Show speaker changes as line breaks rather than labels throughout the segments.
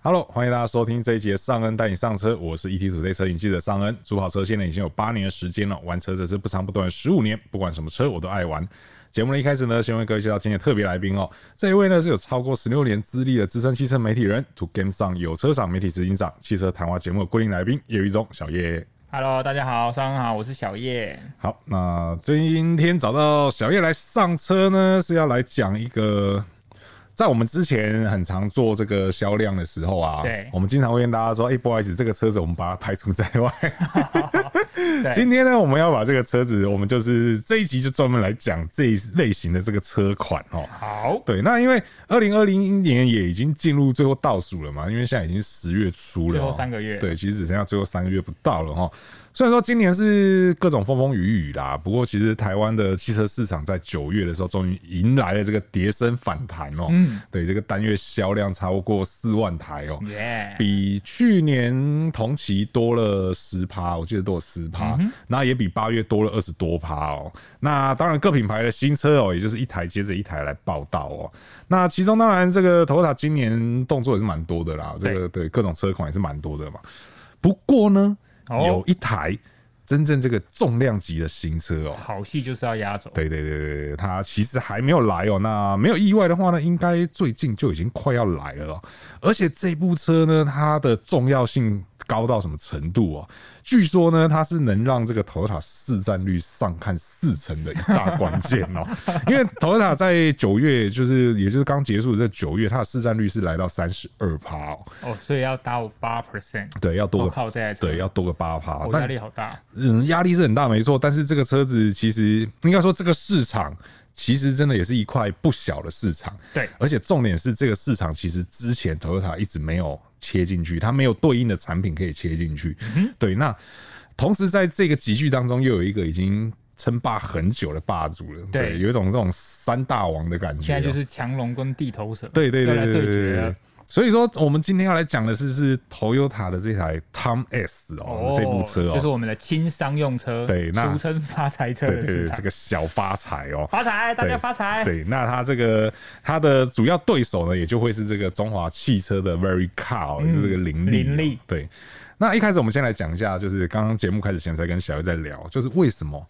Hello，欢迎大家收听这一节尚恩带你上车，我是 E ET 土 y 车影记者尚恩。租好车现在已经有八年的时间了，玩车则是不长不短十五年，不管什么车我都爱玩。节目的一开始呢，先为各位介绍今天的特别来宾哦，这一位呢是有超过十六年资历的资深汽车媒体人，To Game 上有车赏媒体执行长，汽车谈话节目的固定来宾叶玉忠小叶。
Hello，大家好，上午好，我是小叶。
好，那今天找到小叶来上车呢，是要来讲一个，在我们之前很常做这个销量的时候啊，
对
我们经常会跟大家说，哎、不好意思，这个车子我们把它排除在外。
对
今天呢，我们要把这个车子，我们就是这一集就专门来讲这一类型的这个车款哦。
好，
对，那因为二零二零年也已经进入最后倒数了嘛，因为现在已经十月初了哦、
最后三个月
对，其实只剩下最后三个月不到了哈。虽然说今年是各种风风雨雨啦，不过其实台湾的汽车市场在九月的时候，终于迎来了这个跌升反弹哦、
嗯，
对，这个单月销量超过四万台哦、
耶、
比去年同期多了十趴，我记得多了十趴，那、也比八月多了二十多趴哦。那当然，各品牌的新车哦，也就是一台接着一台来报道哦。那其中当然，这个 Toyota 今年动作也是蛮多的啦，这个对各种车款也是蛮多的嘛。不过呢，
哦
有一台真正这个重量级的新车哦。
好戏就是要压轴。
对对对对对，它其实还没有来哦。那没有意外的话呢，应该最近就已经快要来了、哦。而且这部车呢，它的重要性高到什么程度哦？据说呢，它是能让这个 Toyota 市占率上看四成的一大关键哦。因为 Toyota 在九月，就是也就是刚结束的这九月，它的市占率是来到三十二趴哦。
哦，所以要到八 percent，
对，要多
我
个
靠这台车，
对要多个八趴，
我
但
压力好大。
嗯，压力是很大，没错。但是这个车子其实应该说，这个市场其实真的也是一块不小的市场。
对
而且重点是，这个市场其实之前 Toyota 一直没有切进去，它没有对应的产品可以切进去。
嗯
对，那同时在这个集聚当中，又有一个已经称霸很久的霸主了。
对
有一种这种三大王的感觉哦。
现在就是强龙跟地头蛇，
对对对
要来
对对
对
对
决啊
对
了。。
所以说，我们今天要来讲的是不是 Toyota 的这台 Tom S 哦，这部车哦，
就是我们的轻商用车，
对那
俗称发财车
对
的
对
市
对，
场，
这个小发财哦。
发财，大家发财。
对，那它这个它的主要对手呢，也就会是这个中华汽车的 Very Car，、哦也是这个林立、
嗯林立。
对，那一开始我们先来讲一下，就是刚刚节目开始前才跟小叶在聊，就是为什么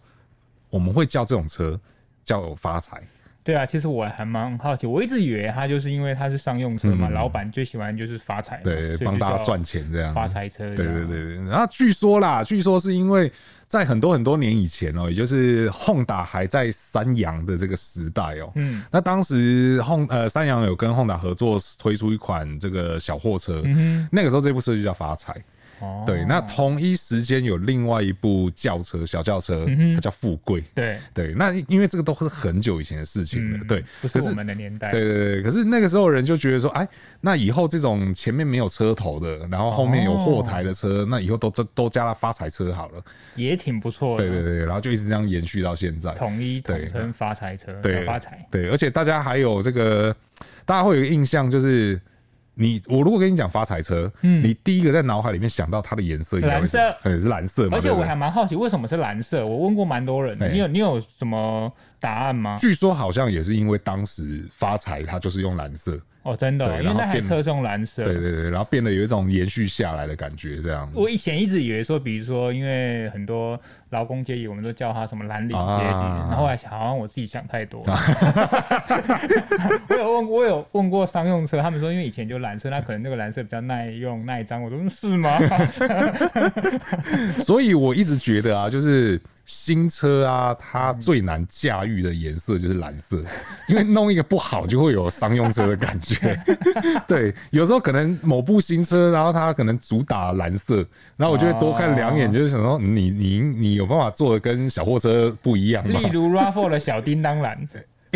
我们会叫这种车叫发财？
对啊，其实我还蛮好奇，我一直以为它就是因为它是商用车嘛，老板最喜欢就是发财嘛，所
嗯对，
以就
帮大家
叫
赚钱这样。
发财车。
对对对。对，然后据说啦，据说是因为在很多很多年以前哦、也就是 Honda 还在三洋的这个时代哦、
嗯，
那当时 Hon 呃三洋有跟 Honda 合作推出一款这个小货车，那个时候这部车就叫发财。
嗯哦
对，那同一时间有另外一部轿车小轿车，
嗯
它叫富贵。
对，
对，那因为这个都是很久以前的事情了，
嗯
对，
不
可
是我们的年代。
对对对，可是那个时候人就觉得说，哎，那以后这种前面没有车头的，然后后面有后台的车，那以后都都都加了发财车好了。
也挺不错的。
对对对，然后就一直这样延续到现在。
统一
对
统称发财车，
对，
小发财。
对，而且大家还有这个，大家会有一个印象就是。你我如果跟你讲发财车，你第一个在脑海里面想到它的颜色应该会是，
嗯蓝色
嗯，是蓝色嘛。
而且
对不哎
我
对
还蛮好奇，为什么是蓝色？我问过蛮多人的，
对
你有你有什么答案吗？
据说好像也是因为当时发财它就是用蓝色，
哦，真的哦，
对
因为
然后
那台
变
车是用蓝色。
对对对，然后变得有一种延续下来的感觉，这样。
我以前一直以为说，比如说，因为很多劳工阶级，我们都叫它什么蓝领阶级，
啊
然后后来想，好像我自己想太多 了。我有问，我有问过商用车，他们说，因为以前就蓝色，那可能那个蓝色比较耐用、耐脏。我说嗯是吗？
所以我一直觉得啊，就是新车啊，它最难驾驭的颜色就是蓝色，因为弄一个不好就会有商用车的感 觉。对，有时候可能某部新车，然后它可能主打蓝色，然后我就会多看两眼，
哦
就是想说嗯你你你有办法做的跟小货车不一样吗
例？如 RAV4 的小叮 当蓝，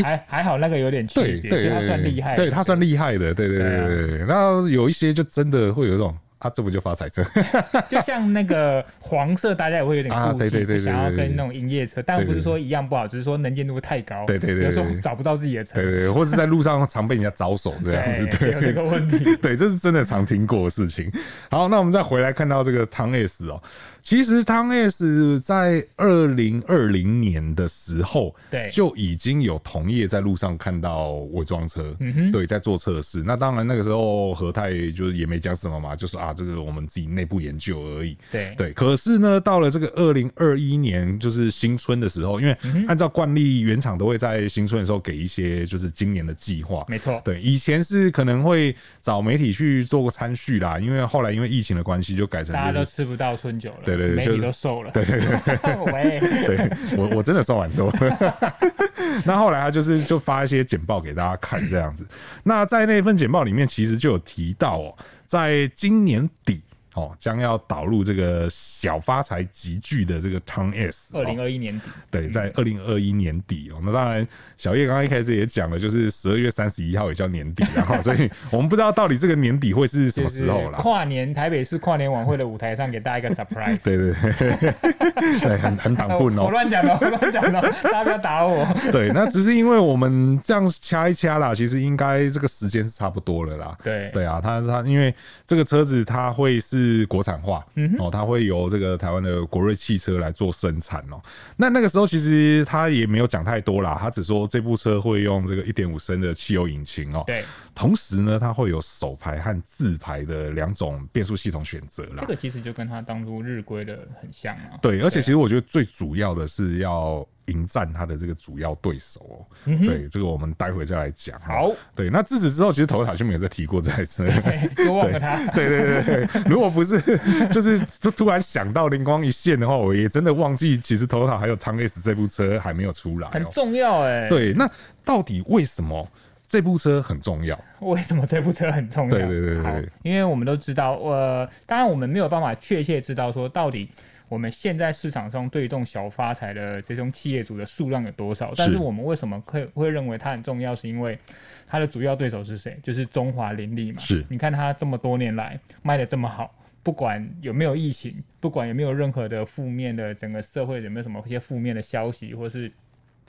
还还好那个有点区
对
别，
对
所以
对，
它算厉害的。啊
对它算厉害的，对对对对对。然后有一些就真的会有一种啊，这不就发财车？
就像那个黄色，大家也会有点
啊
顾
对
忌，
对对
不想
对
要
对对
跟那种营业车，但
对
不是
对
说一样不好，只是说能见度太高，
对对对
有时候
对对
找不到自己的车
对，对对，或者在路上常被人家招手这样子，
有这个 问题。
对，这是真的常听过的事情。好，那我们再回来看到这个汤 S 哦，其实汤 S 在二零二零年的时候，
对
就已经有同业在路上看到伪装车，
嗯哼
对，在做测试。那当然那个时候和泰就是也没讲什么嘛，就是啊，这个我们自己内部研究而已。
对
对，可是呢，到了这个二零二一年，就是新春的时候，因为
嗯
按照惯例，原厂都会在新春的时候给一些就是今年的计划，
没错，
对，以前是可能会找媒体去做过参叙啦，因为后来因为疫情的关系，就改成
大家
就
都
是。
吃不到春酒了，
对对对
媒
就
体
是
都瘦了，对对对， 喂，
对我我真的瘦很多， 那后来他就是就发一些简报给大家看这样子。那在那份简报里面，其实就有提到哦，在今年底哦将要导入这个小发财集聚的这个 Town S 哦、
二零二一年底，
对，在二零二一年底哦、那当然，小叶刚刚一开始也讲了，就是十二月三十一号也叫年底啦，然后所以我们不知道到底这个年底会是什
就
么
是
时候啦。
跨年台北市跨年晚会的舞台上给大家一个 surprise。
对对对， 对很 很挡
我
棍哦
我。乱讲的，我乱讲的，大家不要打我。
对，那只是因为我们这样掐一掐啦，其实应该这个时间是差不多了啦。
对
对啊，它它因为这个车子它会是国产化，嗯哦，它会由这个台湾的国瑞汽车来做生产哦。那那个时候其实他也没有讲太多啦，他只说这部车会用这个一点五升的汽油引擎哦。
对，
同时呢，它会有手排和自排的两种变速系统选择啦
这。个其实就跟他当初日规的很像啊。
对，而且其实我觉得最主要的是要迎战他的这个主要对手、哦。对，这个我们待会再来讲。
嗯好，
对，那自此之后，其实头塔就没有再提过这台 车。
对，又忘了他。
对对对对，如果不是 就是就突然想到灵光一现的话，我也真的忘记，其实头塔还有汤 S 这部车还没有出来
很
哦。
重要哎、，
对，那到底为什么这部车很重要？
为什么这部车很重要？
对对对对
好
对
因为我们都知道，呃，当然我们没有办法确切知道说到底我们现在市场上对这种小发财的这种企业主的数量有多少，但是我们为什么会会认为它很重要，是因为它的主要对手是谁？就是中华林立嘛。
是
你看它这么多年来卖的这么好。不管有没有疫情，不管有没有任何的负面的整个社会有没有什么一些负面的消息，或是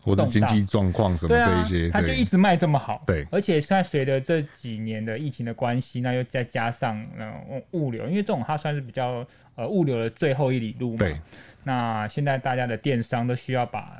或者经济状况什
对
么
啊，
这一些？
他就
对
一直卖这么好。
对
而且现在随着这几年的疫情的关系，那又再加上嗯物流，因为这种它算是比较呃物流的最后一里路嘛。
对。
那现在大家的电商都需要把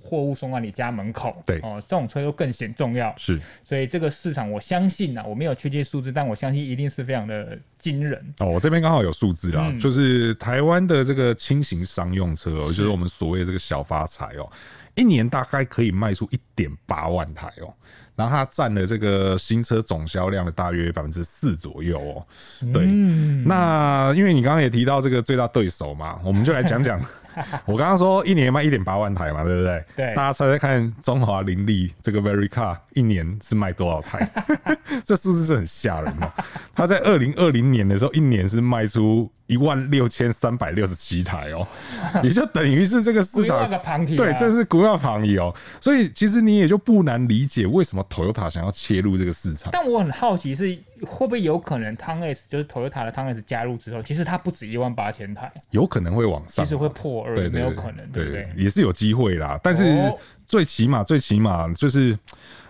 货物送到你家门口，
对
哦、这种车又更显重要。
是
所以这个市场，我相信啊，我没有确切数字，但我相信一定是非常的惊人。
哦，我这边刚好有数字啦，
嗯
就是台湾的这个轻型商用车、哦，就是我们所谓的这个小发财哦，一年大概可以卖出一点八万台哦，然后它占了这个新车总销量的大约百分之四左右哦。对，
嗯，
那因为你刚刚也提到这个最大对手 嘛，我们就来讲讲。我刚刚说一年卖一点八万台嘛，对不对？
对
大家猜猜看，中华林立这个 Very Car 一年是卖多少 台？这数字是很吓人哦。它在二零二零年的时候，一年是卖出一万六千三百六十七台 哦，也就等于是这个市
不要
场
那个旁体、啊，
对，这是股票旁移哦。所以其实你也就不难理解为什么 Toyota 想要切入这个市场。
但我很好奇是会不会有可能汤 S 就是 Toyota 的汤 S 加入之后，其实它不止一万八千台，
有可能会往
其
上，
实会破二，
对，
没
对
有
对
可能，
对
对不对？
也是有机会啦。但是
哦
最起码，最起码就是，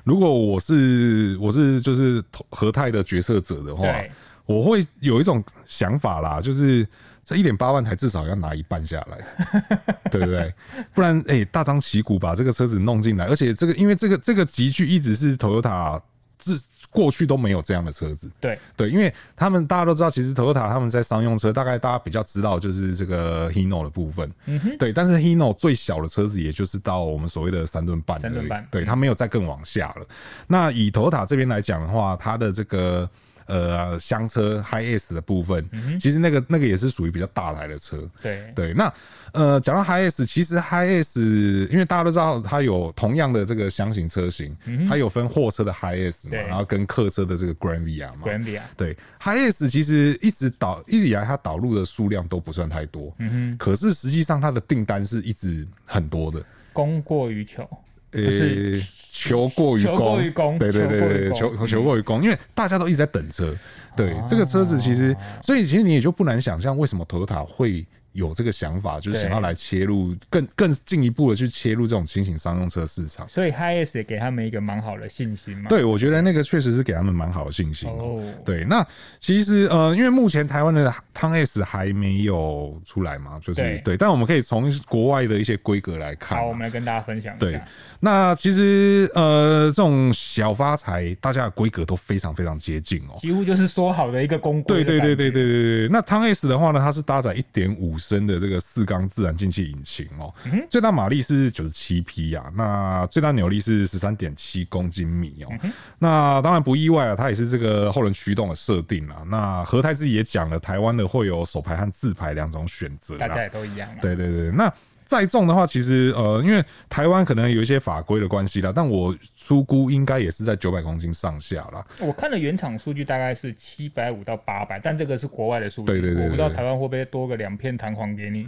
如果我是我是就是和泰的决策者的话
对，
我会有一种想法啦，就是这一点八万台至少要拿一半下来， 对不对？不然，哎、大张旗鼓把这个车子弄进来，而且这个因为这个这个集聚一直是 Toyota 自过去都没有这样的车子，
对
对，因为他们大家都知道，其实 Toyota 他们在商用车，大概大家比较知道就是这个 Hino 的部分，嗯哼，对。但是 Hino 最小的车子，也就是到我们所谓的三吨半而已，
三吨半
对，它没有再更往下了。那以 Toyota 这边来讲的话，它的这个。呃，厢车 High S 的部分，
嗯
其实那个那个也是属于比较大台的车，
对
对，那呃，讲到 High S，其实 High S，因为大家都知道它有同样的这个箱型车型，它有分货车的 High S 嘛，
嗯对
然后跟客车的这个 Grand Via 嘛
g r a n d i a
对，High S 其实一直导一直以来它导入的数量都不算太多，嗯哼，可是实际上它的订单是一直很多的，
供过于求，
呃
是
求过于
求过于
供，
供
对对对对对，
求过
求
于供
求过于供，因为大家都一直在等车。对
哦，
这个车子其实，所以其实你也就不难想象为什么 Toyota 会。有这个想法，就是
对
想要来切入更更进一步的去切入这种新型商用车市场。
所以 h i s 也给他们一个蛮好的信心嘛。
对，我觉得那个确实是给他们蛮好的信心、哦。
哦，
对，那其实呃，因为目前台湾的汤 S 还没有出来嘛，就是
对
但我们可以从国外的一些规格来看
好，我
啊。
们来跟大家分享一
对
下。，
那其实呃，这种小发财，大家的规格都非常非常接近哦。
几乎就是说好的一个公
对
规的
对
感觉。
对对对对对对。那汤 S 的话呢，它是搭载一点五升的这个四缸自然进气引擎哦，
嗯
最大马力是九十七匹啊，那最大扭力是十三点七公斤米
嗯
哦。那当然不意外啊，它也是这个后轮驱动的设定啊。那何太自己也讲了，台湾的会有手排和自排两种选择啦，
大家也都一样啊。
对对对，那载重的话，其实呃，因为台湾可能有一些法规的关系啦，但我出估应该也是在九百公斤上下啦。
我看了原厂数据大概是七百五到八百，但这个是国外的数据，
对对对对
我不知道台湾会不会多个两片弹簧 给你，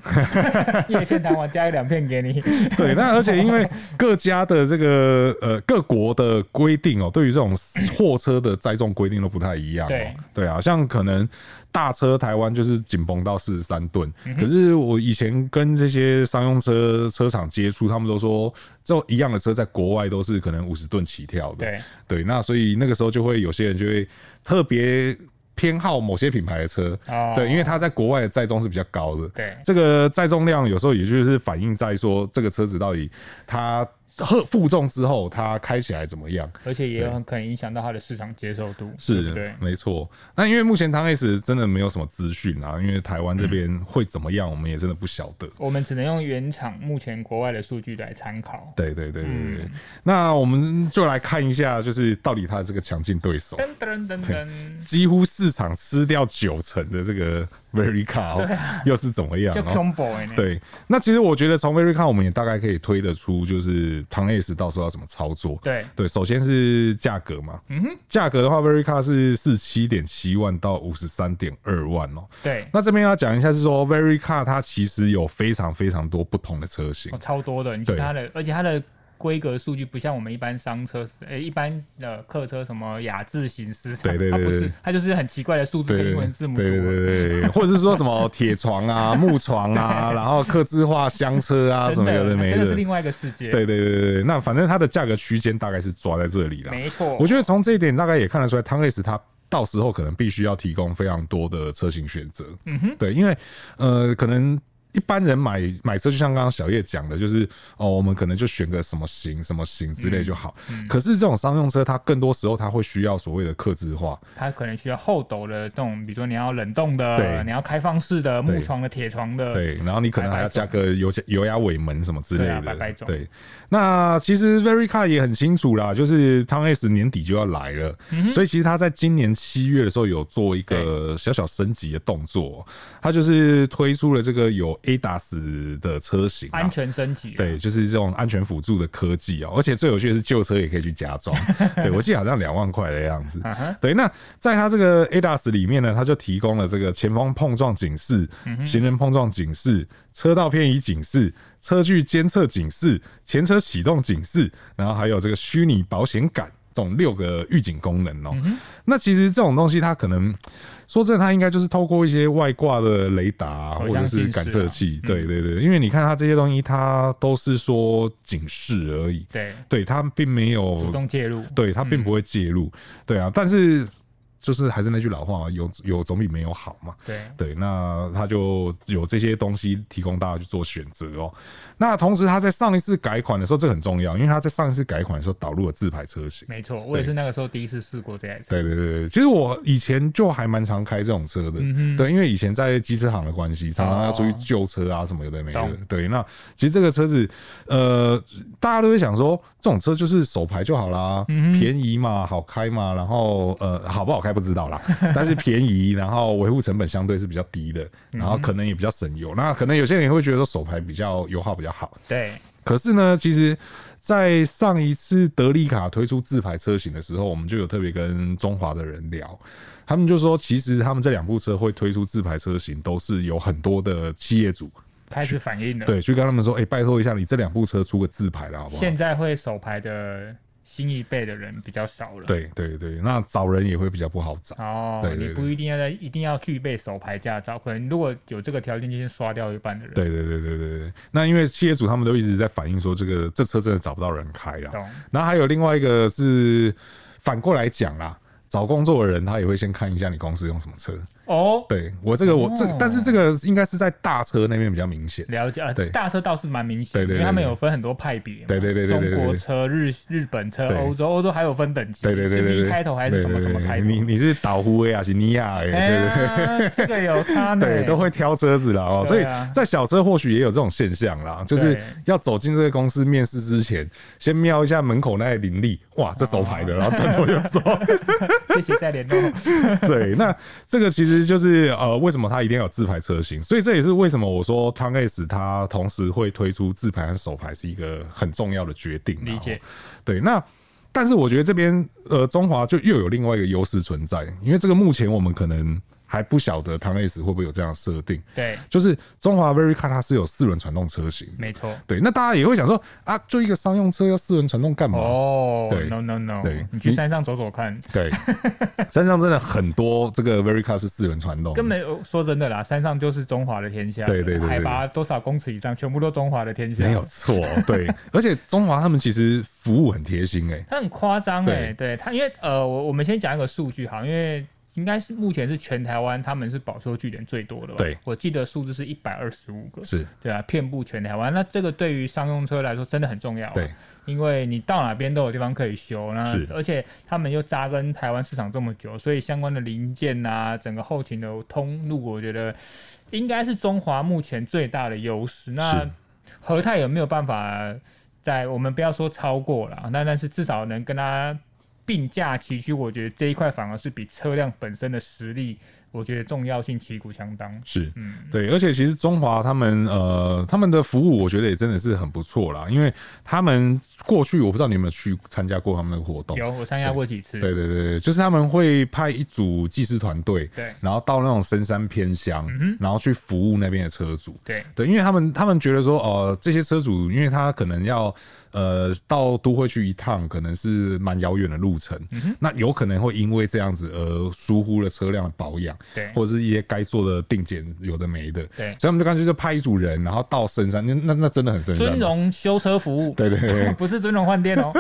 叶片弹簧加一两片给你。
对，那而且因为各家的这个呃各国的规定哦、对于这种货车的载重规定都不太一样、哦。
对
对啊，像可能大车台湾就是紧绷到四十三吨，
嗯
可是我以前跟这些商用车车厂接触，他们都说这一样的车在国外都是可能五十吨起跳的。
对
对，那所以那个时候就会有些人就会特别。偏好某些品牌的车，
哦
对，因为它在国外的载重是比较高的，
对
这个载重量有时候也就是反映在说这个车子到底它荷负重之后它开起来怎么样。
而且也有很可能影响到它的市场接受度，对
是
不对。
没错。那因为目前汤 S 真的没有什么资讯啊，因为台湾这
嗯
边会怎么样，我们也真的不晓得。
我们只能用原厂目前国外的数据来参考，
对对对对对
嗯
对。那我们就来看一下，就是到底它的这个强劲对手，
噔噔噔噔，
几乎市场吃掉九成的这 个 Very Car、又是怎么样、
啊就
哦？
combo 哎，，
对，那其实我觉得从 Very Car 我们也大概可以推得出，就是唐 S 到时候要怎么操作。
对
对，首先是价格嘛，嗯哼，价格的话，Very Car 是四七点七万到五十三点二万哦、
对，
那这边要讲一下是说，Very Car 它其实有非常非常多不同的车型
哦，，超多的，你
对
看它的，而且它的。规格数据不像我们一般商车，呃、一般的客车什么雅致型市场，
对对对
它不
对
是，它就是很奇怪的数字
对
跟
对
英文字母组合。
对对对对， 或者是说什么铁床啊、木床 啊，然后刻字化香车啊，什
真
么
的，
有的没
真的是
的。
另外一个世界。
对对对对对，那反正它的价格区间大概是抓在这里啦。
没错。
我觉得从这一点大概也看得出来，汤 S 它到时候可能必须要提供非常多的车型选择。嗯哼，对，因为呃，可能。一般人买买车，就像刚刚小叶讲的，就是哦，我们可能就选个什么型、什么型之类就好。可是这种商用车，它更多时候它会需要所谓的客制化，
它可能需要厚斗的这种，比如说你要冷冻
对
的，你要开放式的、
对
木床的、铁床的。
对，然后你可能还要加个油加油压尾门什么之类
对
的，
啊白白种
对，那其实 Verica 也很清楚啦，就是汤 S 年底就要来了，
嗯
所以其实他在今年七月的时候有做一个小小升级的动作，他就是推出了这个有 ADAS 的车型、啊，
安全升级。
对，，就是这种安全辅助的科技哦、而且最有趣的是旧车也可以去加 装，对我记得好像两万块的样子。
嗯哼
对，那在它这个 ADAS 里面呢，它就提供了这个前方碰撞警示、
嗯
行人碰撞警示、车道偏移警示、车距监测警示、前车启动警示，然后还有这个虚拟保险杆。这种六个预警功能
嗯
哦、那其实这种东西它可能说真的，它应该就是透过一些外挂的雷达啊、
好
或
像
者是
近视
感测
啊
器，对对对，因为你看它这些东西，它都是说警示而已，
对，
对它并没
主
有，
动嗯介入。
对它并不会介入，对啊，但是就是还是那句老话嘛，有有总比没有好嘛。
对，
对，那它就有这些东西提供大家去做选择哦。那同时，它在上一次改款的时候，这个很重要，因为它在上一次改款的时候导入了自排车型。
没错，我也是那个时候第一次试过这台车。
对对对对，其实我以前就还蛮常开这种车的，对，因为以前在机车行的关系，常常要出去救车啊什么有的没的
懂。
对，那其实这个车子，呃，大家都会想说，这种车就是手牌就好啦，便宜嘛，好开嘛，然后呃，好不好开不知道啦，但是便宜，然后维护成本相对是比较低的，然后可能也比较省油。那可能有些人也会觉得说手牌比较油耗比较好，
对，
可是呢，其实，在上一次德利卡推出自排车型的时候，我们就有特别跟中华的人聊，他们就说，其实他们这两部车会推出自排车型，都是有很多的企业主
开始反应了。，
对，去跟他们说，哎、拜托一下，你这两部车出个自排的好不好？
现在会手牌的新一辈的人比较少了。，
对对对，那找人也会比较不好找。
哦，
对对对
你不一定要在一定要具备手牌驾照，可能如果有这个条件，就先刷掉一半的人。，
对对对对对对，那因为企业主他们都一直在反映说，这个这车真的找不到人开啦。
懂。
然后还有另外一个是反过来讲啦，找工作的人他也会先看一下你公司用什么车。
哦，
对我这个我这
哦，
但是这个应该是在大车那边比较明显。
了解。啊
对
大车倒是蛮明显，
对对对
因为他们
对
有分很多派别嘛，
对对对对对对
中国
对
车、日日本车、
对
欧洲，欧洲还有分等级，
对对对对
是
对，
B 开头还是什么
对
什
对
么
对
开头？
你你是岛湖哎还是尼亚哎？对
哎
对对。
呀，这个有差呢，
对，都会挑车子啦哦，所
对
以
啊
在小车或许也有这种现象啦，就是
对
要走进这个公司面试之前，先瞄一下门口那些林立，
哦
哇，这手牌的，然后转头就 走。
谢谢再联络。
对，那这个其实就是呃，为什么它一定要有自排车型？所以这也是为什么我说汤 S 它同时会推出自排和手排是一个很重要的决定啦。
理解
哦。对，那但是我觉得这边呃，中华就又有另外一个优势存在，因为这个目前我们可能还不晓得汤 S 会不会有这样的设定。
对，
就是中华 Verica 它是有四轮传动车型，
没错。
对，那大家也会想说啊，就一个商用车要四轮传动干嘛？
哦、
对
n o no no，
对
你去
你
山上走走看，
对，山上真的很多这个 Verica 是四轮传动的，
根本呃说真的啦，山上就是中华的天下，
对对对对对
海拔多少公尺以上，全部都中华的天下，
没有。错。 对，而且中华他们其实服务很贴心哎、
它很夸张哎，
对
对它，因为呃，我我们先讲一个数据好，因为应该是目前是全台湾他们是保修据点最多的吧？
对，
我记得数字是一百二十五个，
是
对啊，遍布全台湾。那这个对于商用车来说真的很重要、啊，
对，
因为你到哪边都有地方可以修，那
是
而且他们又扎根台湾市场这么久，所以相关的零件啊，整个后勤的通路，我觉得应该是中华目前最大的优势。那
是
和泰有没有办法在我们不要说超过了，那但是至少能跟它并驾齐驱，我觉得这一块反而是比车辆本身的实力，我觉得重要性旗鼓相当。
是，
嗯，
对，而且其实中华他们呃他们的服务，我觉得也真的是很不错啦，因为他们过去我不知道你有没有去参加过他们的活动，
有我参加过几次，
对对对对，就是他们会派一组技师团队，
对嗯
然后到那种深山偏乡，然后去服务那边的车主。
对
对，因为他们他们觉得说，呃，这些车主，因为他可能要呃到都会去一趟，可能是蛮遥远的路程，
嗯
那有可能会因为这样子而疏忽了车辆的保养，
对
或者是一些该做的定检有的没的，
对
所以他们就干脆就派一组人，然后到深山，那那那真的很深山嘛，
尊荣修车服务，
对对对
不是尊荣换电哦，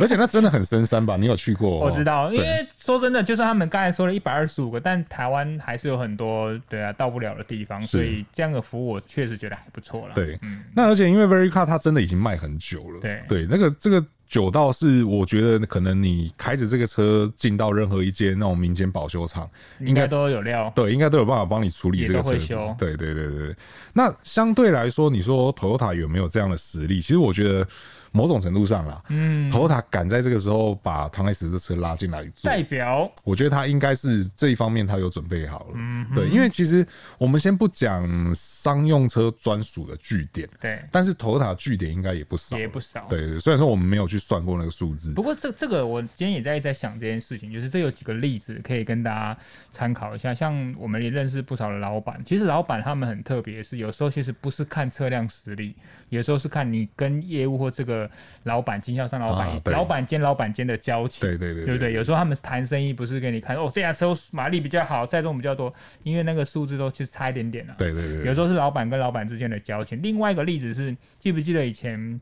而且那真的很深山吧？你有去过哦、
我知道，因
对
为说真的，就算他们刚才说了一百二十五个，但台湾还是有很多对啊到不了的地方，所以这样的服务我确实觉得还不错啦。
对
嗯，
那而且因为 Verica 它真的已经卖很久了，
对
那个这个久到是我觉得可能你开着这个车进到任何一间那种民间保修厂，
应该都有料。
对，应该都有办法帮你处理这个车
也
子
都会修。
对对对对对。那相对来说，你说 Toyota 有没有这样的实力？其实我觉得某种程度上啦，
嗯，
，Toyota 敢在这个时候把唐 S 的车拉进来做，
代表
我觉得他应该是这一方面他有准备好了。
嗯
对，因为其实我们先不讲商用车专属的据点。
对
但是头塔据点应该也不少，
也不少。
对对，虽然说我们没有去算过那个数字
不，过这这个我今天也在在想这件事情，就是这有几个例子可以跟大家参考一下。像我们也认识不少的老板，其实老板他们很特别，是有时候其实不是看车辆实力，有时候是看你跟业务或这个老板、经销商老板、
啊对
老板兼老板间的交情。
对对对
对不对？有时候他们谈生意不是给你看哦，这台车马力比较好，载重比较多，因为那个数字都其实差一点点啊。
对对对，
有时
候
候是老板跟老板之间的交情。另外一个例子是，记不记得以前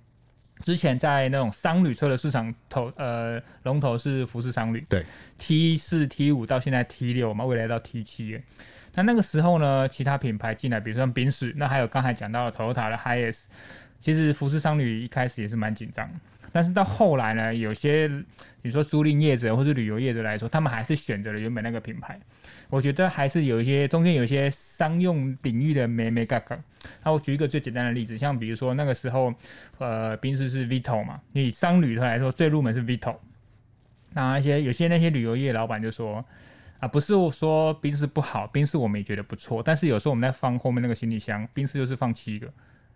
之前在那种商旅车的市场头呃龙头是福士商旅，
对
T 四 T 五到现在 T 六嘛，未来到 T 七。那那个时候呢，其他品牌进来，比如说像宾士，那还有刚才讲到的 Toyota 的 Hiace，其实福士商旅一开始也是蛮紧张的，但是到后来呢，有些你说租赁业者或是旅游业者来说，他们还是选择了原本那个品牌。我觉得还是有一些中间有一些商用领域的美美嘎嘎。那我举一个最简单的例子，像比如说那个时候，呃，宾士是 Vito 嘛，以商旅来说最入门是 Vito。那一些有些那些旅游业老板就说，啊，不是我说宾士不好，宾士我们也觉得不错，但是有时候我们在放后面那个行李箱，宾士就是放七个，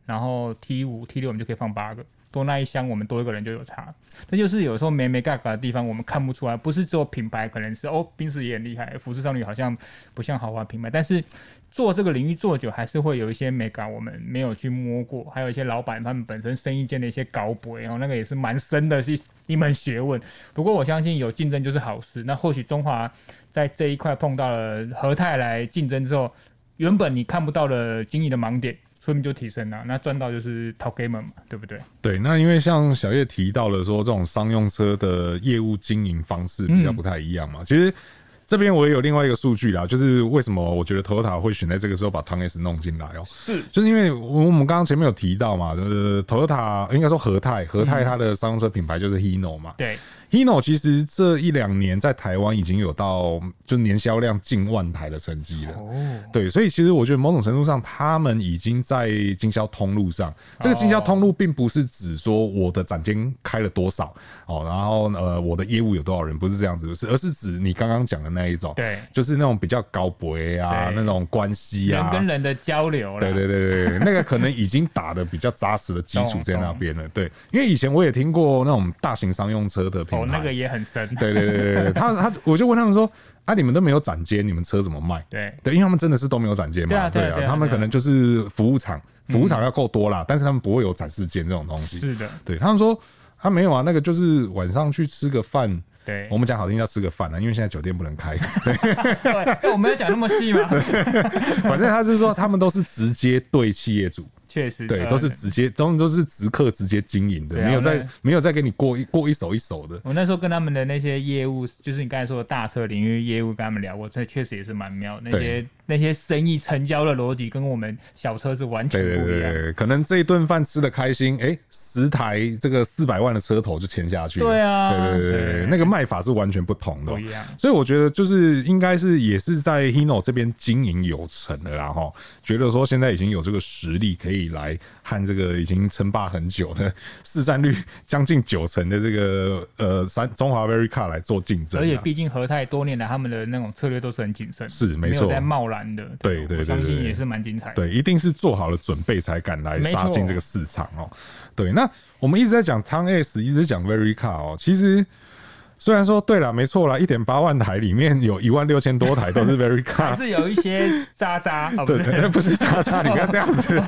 然后 T 五、T 六我们就可以放八个，多那一箱我们多一个人就有差。这就是有时候没没嘎嘎的地方，我们看不出来，不是只有品牌，可能是哦，冰室也很厉害，服饰少女好像不像豪华品牌，但是做这个领域做久，还是会有一些美感我们没有去摸过，还有一些老板他们本身生意间的一些搞鬼，然后那个也是蛮深的是一门学问。不过我相信有竞争就是好事，那或许中华在这一块碰到了和泰来竞争之后，原本你看不到的经营的盲点。说明就提升了，那赚到就是 Top Gamer 嘛，对不对？
对，那因为像小叶提到了说，这种商用车的业务经营方式比较不太一样
嗯
嘛。其实这边我也有另外一个数据啦，就是为什么我觉得 Toyota 会选在这个时候把 t o n S 弄进来哦、
是，
就是因为我我们刚刚前面有提到嘛，就是 Toyota 应该说和泰，和
嗯
泰它的商用车品牌就是 Hino 嘛。
对，
Hino 其实这一两年在台湾已经有到就年销量近万台的成绩了。
哦，
对，所以其实我觉得某种程度上，他们已经在经销通路
哦
上。这个经销通路并不是指说我的展间开了多少哦，然后呃我的业务有多少人，不是这样子，是而是指你刚刚讲的那一种，
对
就是那种比较高博啊，
对
那种关系
人
啊，
跟人的交流啦，哦
对对对对，对那个可能已经打的比较扎实的基础在那边
哦
了。对，因为以前我也听过那种大型商用车的品牌，
哦，那个也很深，
对对对对对，他他我就问他们说啊，你们都没有展间，你们车怎么卖？
对
对，因为他们真的是都没有展间
对
嘛，
啊对啊对啊
他们
对啊
可能就是服务厂，服务厂要够多啦，但是他们不会有展示间这种东西。
是的，
对他们说他没有啊，那个就是晚上去吃个饭。
对
我们讲好听叫吃个饭啊，因为现在酒店不能开。 对，
对，哎我没有讲那么细吗？
反正他是说他们都是直接对企业主，
确实，
对，
呃
都是直接，他们都是直客直接经营的，
对啊
没有在
那
没有在给你过一过一手一手的。
我那时候跟他们的那些业务，就是你刚才说的大车领域业务，跟他们聊过，这确实也是蛮妙的。那些那些生意成交的逻辑跟我们小车是完全
对对
不一
对
样。
对，可能这一顿饭吃的开心，哎、十台这个四百万的车头就签下去了。
对啊
对对对对
对
那个卖法是完全不同的哦、
不一样
所以我觉得就是应该是也是在 Hino 这边经营有成的啦，哈，觉得说现在已经有这个实力可以来和这个已经称霸很久的 市占率将近九成的这个呃三中华 Very Car 来做竞争、啊。
而且毕竟和泰多年来他们的那种策略都是很谨慎，
是没
没
错
有在贸然的。
对对对
我相
对
信
对
也是蛮精彩的。
对，一定是做好了准备才敢来
没
杀
错
进这个市场哦、对，那我们一直在讲 t o n S，一直讲 Verica 哦、其实虽然说对了，没错啦，一点八万台里面有一万六千多台都是
还
Verica。
是有一些渣渣，哦不
对
是
对，那不是叉叉，你不要这样 子，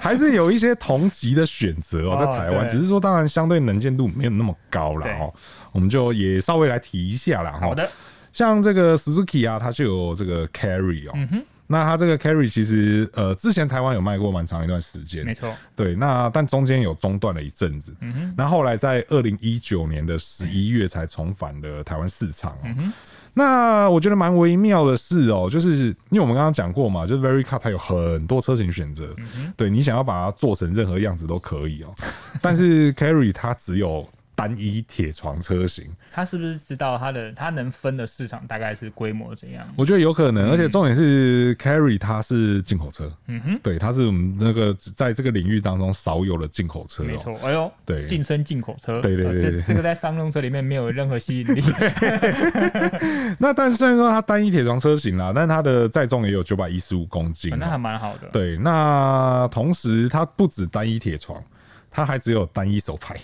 还是有一些同级的选择哦、
哦
在台湾，
对
只是说当然相对能见度没有那么高了
对
哦、我们就也稍微来提一下啦哈。
好的，
像这个 Suzuki 啊，它就有这个 Carry
嗯
哦、那它这个 Carry 其实呃，之前台湾有卖过蛮长一段时间，
没错，嗯
对，那但中间有中断了一阵子，那后来在二零一九年的十一月才重返了台湾市场、
嗯
哦。那我觉得蛮微妙的是哦，就是因为我们刚刚讲过嘛，就是 Very Car 它有很多车型选择，
嗯
对你想要把它做成任何样子都可以哦，但是 Carry 它只有单一铁床车型，
他是不是知道他的他能分的市场大概是规模怎样？
我觉得有可能，而且重点是 Carry 它是进口车，
嗯哼，
对，它是我们那个在这个领域当中少有的进口车、哦，
没错，哎呦，
对
晋升进口车，
对对
呃
对对
这这个在商用车里面没有任何 吸引力，
那但虽然说它单一铁床车型啦，但它的载重也有九百一十五公斤、
反正还
哦。
蛮好的，
对，那同时它不止单一铁床，它还只有单一手 排。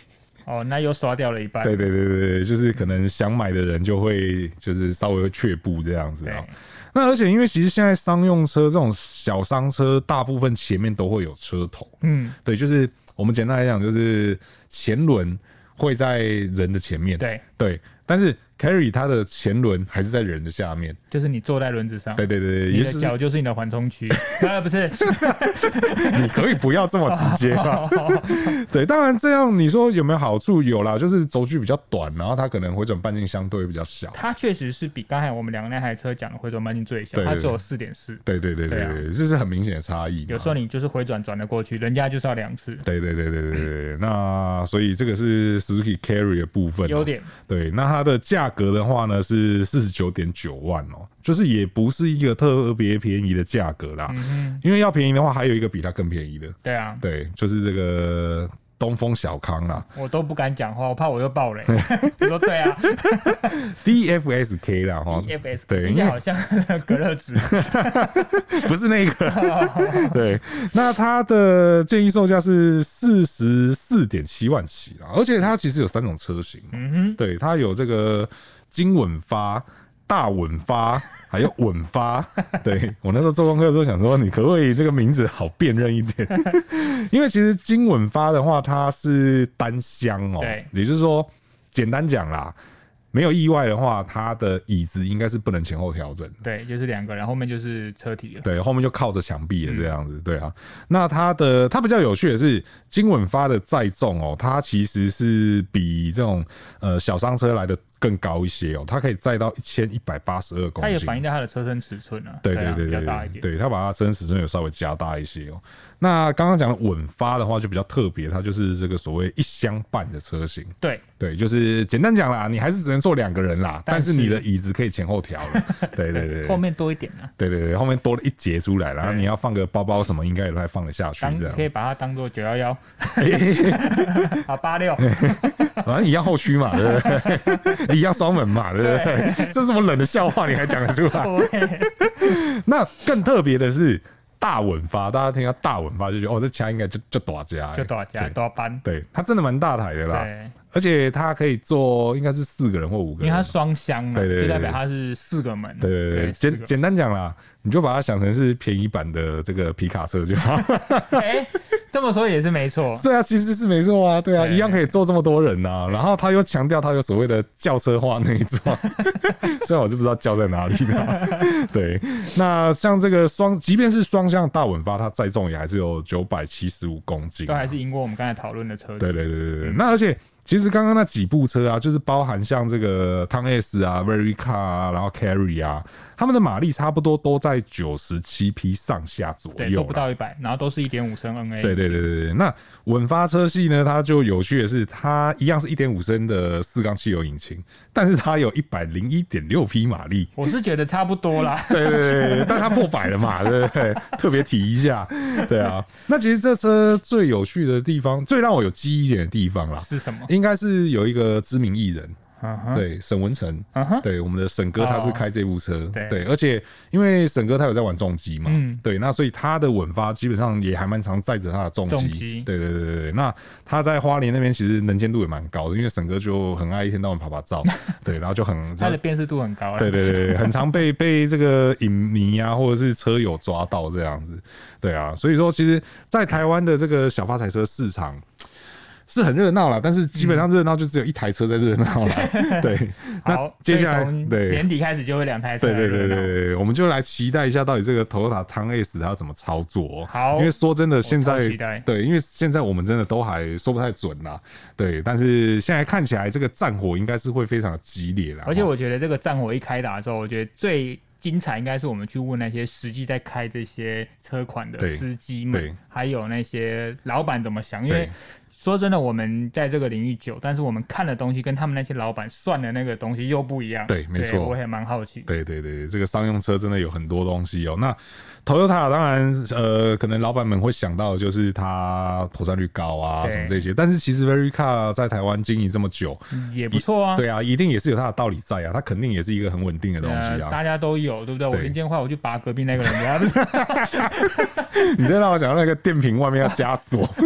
哦，那又刷掉了一半，
对对对对对，就是可能想买的人就会就是稍微会却步这样子啊、
对
那而且因为其实现在商用车这种小商车，大部分前面都会有车头。
嗯，
对，就是我们简单来讲，就是前轮会在人的前面。
对，
对，但是 Carry 它的前轮还是在人的下面。
就是你坐在轮子上，
对对对对，
你
也
的
是
脚就是你的缓冲区， 啊，不是，
你可以不要这么直接 吧？对，当然这样你说有没有好处？有啦，就是轴距比较短，然后它可能回转半径相对比较小。
它确实是比刚才我们两个那台车讲的回转半径最小
对，对
它
对
只有四点四，
对对对对
对啊
对，这是很明显的差异嘛。
有时候你就是回转转得过去，人家就是要两次，
对对对对对对，那所以这个是 Suzuki Carry 的部分、啊
优。点，
对，那它的价格的话呢是四十九点九万哦、就是也不是一个特别便宜的价格啦。
嗯哼，
因为要便宜的话，还有一个比它更便宜的，
对啊，
对，就是这个东风小康啦
我都不敢讲话，我怕我又 爆雷。我说对啊
，DFSK 啦哈，
，EFS
对
听起
因为
来好像隔热纸，
不是那个。 对，那它的建议售价是四十四点七万起啦，而且它其实有三种车型，啊
嗯
对，它有这个金稳发、大稳发， 还有稳发。对我那时候做功课的时候想说，你可不可以这个名字好辨认一点？ 因为其实金稳发的话，它是单箱哦、
对
也就是说，简单讲啦。没有意外的话，它的椅子应该是不能前后调整的
哼，对，就是两个，然后后面就是车体了。
对，后面就靠着墙壁了
嗯
这样子，对啊。那它的它比较有趣的是，金稳发的载重哦，它其实是比这种呃小商车来的更高一些哦，它可以载到一千一百八十二公
它也
斤
反映。到它的车身尺寸啊，
对
啊
对对
比较大
对
一
对，
点。
对它把它车身尺寸有稍微加大一些哦。那刚刚讲的稳发的话就比较特别，它就是这个所谓一箱半的车型。
对，
对，就是简单讲啦，你还是只能坐两个人啦，但
但
是
是
你的椅子可以前后调 了。对对对对，
后面多一点啊，
对对对，后面多了一节出来，然后
对
你要放个包包什么，应该也都还放得下去
当
这样
可。以把它当做九 幺幺啊八六，
反正一样后驱嘛，对不 对？一样双门嘛，对不对？这这么冷的笑话你还讲得出来？ 那更特别的是大稳发，大家听到大稳发就觉得哦，这枪应该就就大家欸，
就多少家
对
多少班，
对，它真的蛮大台的啦，
对，
而且它可以坐应该是四个人或五
因
个
为
人吧。
它双箱嘛，
对对对
就代表它是四个门，
对对对，
四
简
个
简单讲啦，你就把它想成是便宜版的这个皮卡车就好。
哎，这么说也是没错，
对啊，其实是没错啊，对啊，
对
一样可以坐这么多人呐、然后他又强调他有所谓的轿车化那一装， 虽然我是不知道轿在哪里的 啊。对，那像这个双，即便是双向大稳发，它载重也还是有九百七十五公斤、
都
啊
还。是嗯赢过我们刚才讨论的车子。
对对对对对，那而且其实刚刚那几部车啊，就是包含像这个汤 S 啊、Verica 啊，然后 Carry 啊，他们的马力差不多都在九十七匹上下左
对，
右
都
啦
不到一百，然后都是一点五升 NA。
对对对对对，那稳发车系呢？它就有趣的是，它一样是一点五升的四缸汽油引擎，但是它有一百零一点六匹马力。
我是觉得差不多
。
啦
对对对对，但它破百了嘛， 对不对？特别提一下，对啊。那其实这车最有趣的地方，最让我有记忆点的地方啦，
是什么？
应该是有一个知名艺人，
嗯哼，
对沈文成，
嗯哼，
对，我们的沈哥他是
哦
开这部车，
对
对，而且因为沈哥他有在玩重机嘛，
嗯
对，那所以他的稳发基本上也还蛮常载着他的重
重
机，
机
对对对对对。那他在花莲那边其实能见度也蛮高的，因为沈哥就很爱一天到晚拍拍 照，对，然后就很
它的辨识度很高啊啦。
对对对，对很常被被这个影迷啊，或者是车友抓到这样子，对啊，所以说其实，在台湾的这个小发财车市场。是很热闹啦，但是基本上热闹就只有一台车在热闹 啦。对，那
好，
接下来
所以从
对
年底开始就会两台车。
对对对对。对，我们就来期待一下，到底这个 Toyota Town S 它要怎么操作哦。
好
因为说真的，现在
期待
对，因为现在我们真的都还说不太准啦。对，但是现在看起来这个战火应该是会非常的激烈啦。
而且
哦
我觉得这个战火一开打的时候，我觉得最精彩应该是我们去问那些实际在开这些车款的
对
司机
对
们，还有那些老板怎么想，因
对
为。说真的，我们在这个领域久，但是我们看的东西跟他们那些老板算的那个东西又不一样。
对没错
我也蛮好奇。
对对对，这个商用车真的有很多东西哦。那 Toyota 当然，呃，可能老板们会想到的就是它投产率高啊，
对
什么这些。但是其实 Verica 在台湾经营这么久，
也不错啊。
对啊，一定也是有它的道理在啊，它肯定也是一个很稳定的东西
呃
啊。
大家都有，对不对？我
对
零件坏，我就拔隔壁那个人家，
你这让我想到那个电瓶外面要加锁。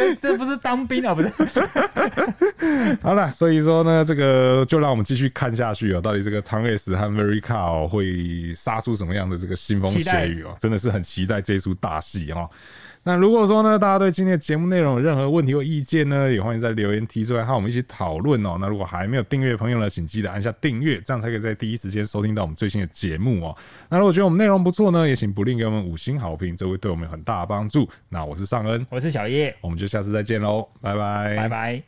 这这不是当兵啊，不是？
好了，所以说呢，这个就让我们继续看下去哦，到底这个 Tom S 和 Verica 哦、会杀出什么样的这个腥风血雨哦，真的是很期待这出大戏哦。那如果说呢，大家对今天的节目内容有任何问题或意见呢，也欢迎在留言提出来，和我们一起讨论哦。那如果还没有订阅的朋友呢，请记得按下订阅，这样才可以在第一时间收听到我们最新的节目哦。那如果觉得我们内容不错呢，也请不吝给我们五星好评，这会对我们有很大的帮助。那我是尚恩，
我是小叶，
我们就下次再见喽，拜拜，
拜拜。